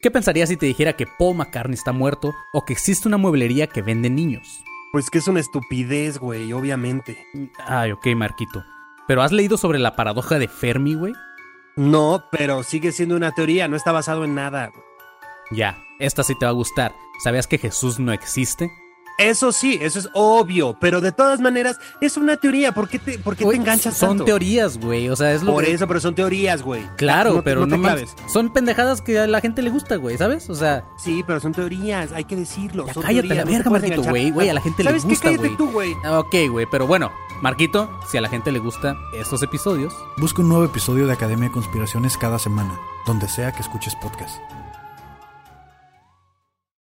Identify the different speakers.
Speaker 1: ¿Qué pensarías si te dijera que Paul McCartney está muerto o que existe una mueblería que vende niños?
Speaker 2: Pues que es una estupidez, güey, obviamente.
Speaker 1: Ay, ok, Marquito. ¿Pero has leído sobre la paradoja de Fermi, güey?
Speaker 2: No, pero sigue siendo una teoría, no está basado en nada.
Speaker 1: Ya, esta sí te va a gustar. ¿Sabías que Jesús no existe?
Speaker 2: Eso sí, eso es obvio, pero de todas maneras es una teoría. ¿Por qué te, por qué
Speaker 1: Güey,
Speaker 2: te enganchas
Speaker 1: Son
Speaker 2: tanto?
Speaker 1: teorías, güey. O sea, es lo
Speaker 2: Por
Speaker 1: que-
Speaker 2: eso, pero son teorías, güey.
Speaker 1: Claro,
Speaker 2: No te-
Speaker 1: pero
Speaker 2: no
Speaker 1: no,
Speaker 2: te
Speaker 1: mames.
Speaker 2: claves.
Speaker 1: Son pendejadas que a la gente le gusta, güey, ¿sabes? O sea,
Speaker 2: Sí, pero son teorías, hay que decirlo.
Speaker 1: Ya
Speaker 2: son
Speaker 1: cállate
Speaker 2: teorías,
Speaker 1: la
Speaker 2: no te
Speaker 1: verga,
Speaker 2: puedes
Speaker 1: Marquito,
Speaker 2: enganchar.
Speaker 1: güey, güey, a la gente le
Speaker 2: ¿Sabes
Speaker 1: gusta,
Speaker 2: qué?
Speaker 1: güey.
Speaker 2: Cállate tú, güey.
Speaker 1: ok, güey, pero bueno, Marquito, si a la gente le gusta estos episodios,
Speaker 3: Busca un nuevo episodio de Academia de Conspiraciones cada semana, donde sea que escuches podcast.